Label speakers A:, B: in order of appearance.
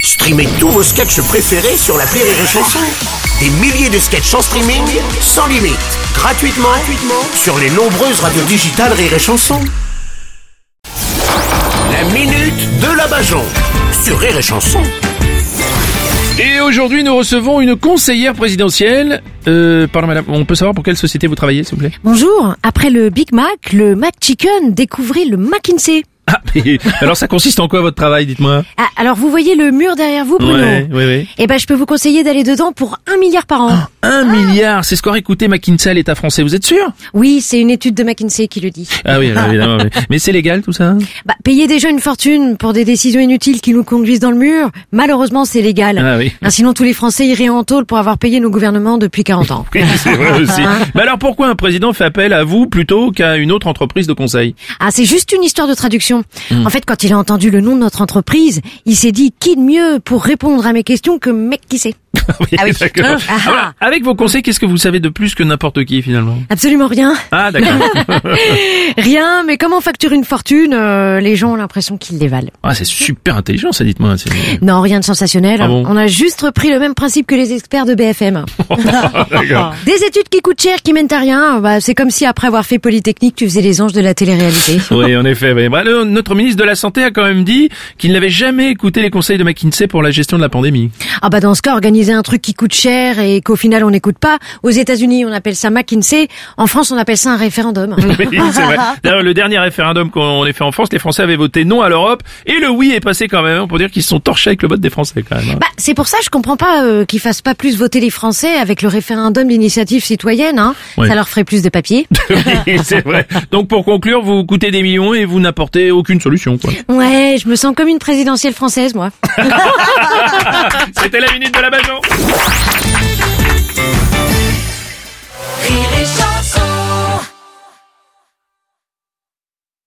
A: Streamez tous vos sketchs préférés sur la Rire et Chanson. Des milliers de sketchs en streaming, sans limite, gratuitement, gratuitement sur les nombreuses radios digitales Rire et Chanson. La minute de la Bajon sur Rire et Chanson.
B: Et aujourd'hui, nous recevons une conseillère présidentielle. Euh, pardon, madame, on peut savoir pour quelle société vous travaillez, s'il vous plaît
C: Bonjour, après le Big Mac, le McChicken, découvrez le McKinsey.
B: Ah, mais alors ça consiste en quoi votre travail, dites-moi
C: Ah, alors vous voyez le mur derrière vous, Bruno
B: Ouais, Ah. oui, oui.
C: Eh ben je peux vous conseiller d'aller dedans pour un milliard par an.
B: Un milliard, c'est ce qu'aurait coûté McKinsey à l'État français, vous êtes sûr
C: Oui, c'est une étude de McKinsey qui le dit.
B: Ah oui, alors, évidemment. oui. Mais c'est légal tout ça
C: Bah, payer déjà une fortune pour des décisions inutiles qui nous conduisent dans le mur, malheureusement c'est légal.
B: Ah oui.
C: Hein, sinon tous les Français iraient en tôle pour avoir payé nos gouvernements depuis 40 ans.
B: Oui, c'est vrai aussi. Mais alors pourquoi un président fait appel à vous plutôt qu'à une autre entreprise de conseil
C: Ah, c'est juste une histoire de traduction.
B: Hmm.
C: En fait, quand il a entendu le nom de notre entreprise, il s'est dit qui de mieux pour répondre à mes questions que mec qui sait. Ah oui.
B: d'accord.
C: Ah, ah.
B: Alors, avec vos conseils, qu'est-ce que vous savez de plus que n'importe qui finalement
C: Absolument rien.
B: Ah d'accord.
C: Rien, mais comme on facture une fortune, euh, les gens ont l'impression qu'ils les valent.
B: Ah, c'est super intelligent ça, dites-moi. c'est-
C: Non, rien de sensationnel.
B: Ah bon
C: on a juste repris le même principe que les experts de BFM.
B: D'accord.
C: Des études qui coûtent cher, qui mènent à rien, bah, c'est comme si après avoir fait Polytechnique, tu faisais les anges de la télé-réalité.
B: Oui, en effet. oui. Bah, le- notre ministre de la Santé a quand même dit qu'il n'avait jamais écouté les conseils de McKinsey pour la gestion de la pandémie.
C: Ah bah dans ce cas, organiser un truc qui coûte cher et qu'au final on n'écoute pas. Aux États-Unis, on appelle ça McKinsey. En France, on appelle ça un référendum.
B: Oui, c'est vrai. D'ailleurs, le dernier référendum qu'on ait fait en France, les Français avaient voté non à l'Europe et le oui est passé quand même. On peut dire qu'ils se sont torchés avec le vote des Français quand même. hein.
C: Bah, c'est pour ça je comprends pas euh, qu'ils fassent pas plus voter les Français avec le référendum d'initiative citoyenne. Hein.
B: Ouais.
C: Ça leur ferait plus de papier.
B: Oui, c'est vrai. Donc pour conclure, vous coûtez des millions et vous n'apportez aucune solution. quoi.
C: Ouais, je me sens comme une présidentielle française, moi.
B: C'était la minute de la Bajon.